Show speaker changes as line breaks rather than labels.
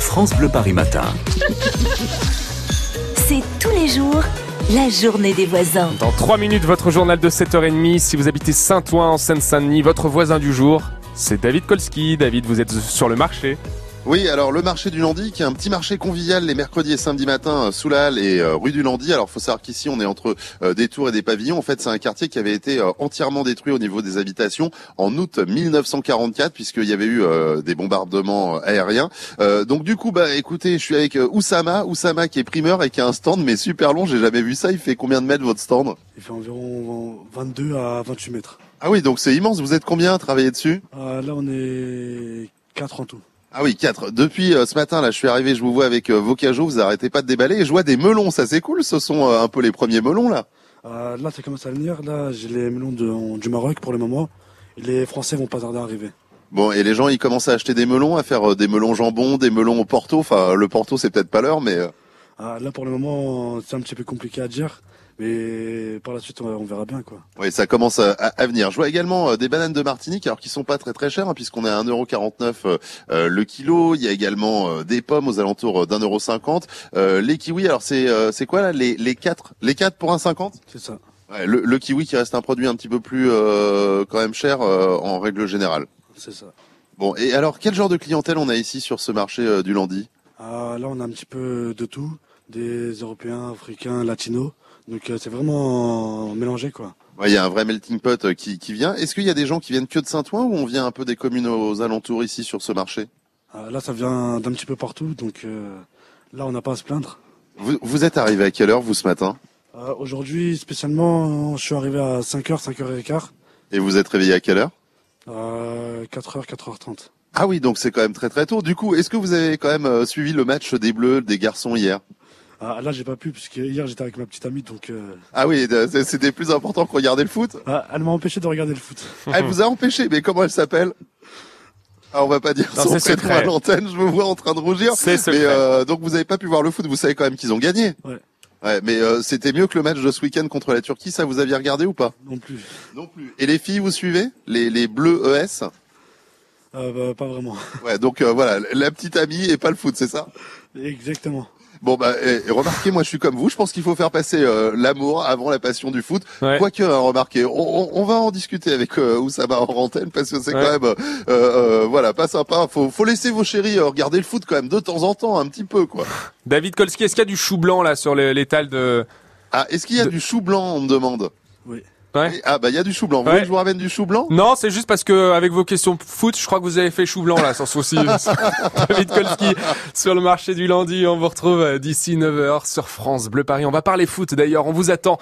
France Bleu Paris Matin.
C'est tous les jours la journée des voisins.
Dans 3 minutes, votre journal de 7h30. Si vous habitez Saint-Ouen en Seine-Saint-Denis, votre voisin du jour, c'est David Kolski. David, vous êtes sur le marché.
Oui, alors le marché du Landy, qui est un petit marché convivial les mercredis et samedis matins euh, sous la halle et euh, rue du Landy. Alors faut savoir qu'ici on est entre euh, des tours et des pavillons. En fait, c'est un quartier qui avait été euh, entièrement détruit au niveau des habitations en août 1944 puisqu'il y avait eu euh, des bombardements aériens. donc du coup, bah écoutez, je suis avec Oussama, Oussama qui est primeur et qui a un stand mais super long. J'ai jamais vu ça. Il fait combien de mètres votre stand
Il fait environ 22 à 28 mètres. Ah,
Ah oui, donc c'est immense. Vous êtes combien à travailler dessus
là, on est 4 en tout.
Ah oui, 4. Depuis euh, ce matin, là, je suis arrivé, je vous vois avec euh, vos cajots, vous arrêtez pas de déballer et je vois des melons, ça c'est cool, ce sont euh, un peu les premiers melons là.
Ah, là, ça commence à venir. Là, j'ai les melons de- en- du Maroc pour le moment. Les Français vont pas tarder à arriver.
Bon, et les gens, ils commencent à acheter des melons, à faire euh, des melons jambon, des melons au porto, enfin le porto c'est peut-être pas l'heure, mais... euh,
Ah, là, pour le moment, c'est un petit peu compliqué à dire. Mais par la suite, on, on verra bien, quoi.
Oui, ça commence à, à- à venir. Je vois également euh, des bananes de Martinique, alors qui sont pas très très chères, hein, puisqu'on est à 1,49€ euh, euh, le kilo. Il y a également euh, des pommes aux alentours euh, d'1,50€. Euh, les kiwis, alors c'est euh, c'est quoi là les, les 4 Les 4 pour 1,50€
C'est ça.
ouais, le, le kiwi qui reste un produit un petit peu plus euh, quand même cher euh, en règle générale.
C'est ça.
Bon, et alors quel genre de clientèle on a ici sur ce marché euh, du lundi
Ah, là, on a un petit peu de tout. Des Européens, Africains, Latinos. Donc, euh, c'est vraiment mélangé, quoi.
Ouais, Il y a un vrai melting pot euh, qui, qui vient. Est-ce qu'il y a des gens qui viennent que de Saint-Ouen ou on vient un peu des communes aux alentours ici sur ce marché
Ah, là, ça vient d'un petit peu partout. Donc, euh, là, on n'a pas à se plaindre.
vous, vous êtes arrivé à quelle heure vous ce matin
Euh, Aujourd'hui, spécialement, euh, je suis arrivé à 5h, 5h15.
Et vous êtes réveillé à quelle heure
Euh, 4h, 4h30.
Ah oui, donc c'est quand même très très tôt. Du coup, est-ce que vous avez quand même euh, suivi le match des Bleus, des garçons hier
Ah, là, j'ai pas pu, puisque hier, j'étais avec ma petite amie, donc euh,
Ah oui, euh, c'est- c'était plus important que regarder le foot.
ah, elle m'a empêché de regarder le foot.
Elle vous a empêché, mais comment elle s'appelle ah, on va pas dire
Non,
son
c'est
prénom
secret.
à l'antenne, je vous vois en train de rougir.
C'est secret.
Mais euh, donc vous avez pas pu voir le foot, vous savez quand même qu'ils ont gagné.
Ouais.
Ouais, mais euh, c'était mieux que le match de ce week-end contre la Turquie, ça vous aviez regardé ou pas
Non plus.
Non plus. Et les filles, vous suivez Les les Bleus ES
Euh, bah, pas vraiment.
Ouais, donc euh, voilà, la petite amie et pas le foot, c'est ça
Exactement.
Bon bah eh, remarquez, moi je suis comme vous, je pense qu'il faut faire passer euh, l'amour avant la passion du foot.
Ouais.
Quoique, hein, remarquez, on, on- on va en discuter avec euh, Oussama en antenne parce que c'est
Ouais.
quand même euh, euh, voilà pas sympa. Faut, faut laisser vos chéris euh, regarder le foot quand même de temps en temps un petit peu quoi.
David Kolski, est-ce qu'il y a du chou blanc là sur le- l'étal de.
Ah est-ce qu'il y a
De-
du chou blanc On me demande.
Oui.
Ouais.
Oui, Ah bah il y a du chou blanc. Vous
Ouais.
voulez que je vous ramène du chou blanc
Non, c'est juste parce que avec vos questions foot, je crois que vous avez fait chou blanc là sans souci. David Kolski sur le marché du lundi. On vous retrouve euh, d'ici 9h sur France Bleu Paris. On va parler foot d'ailleurs. On vous attend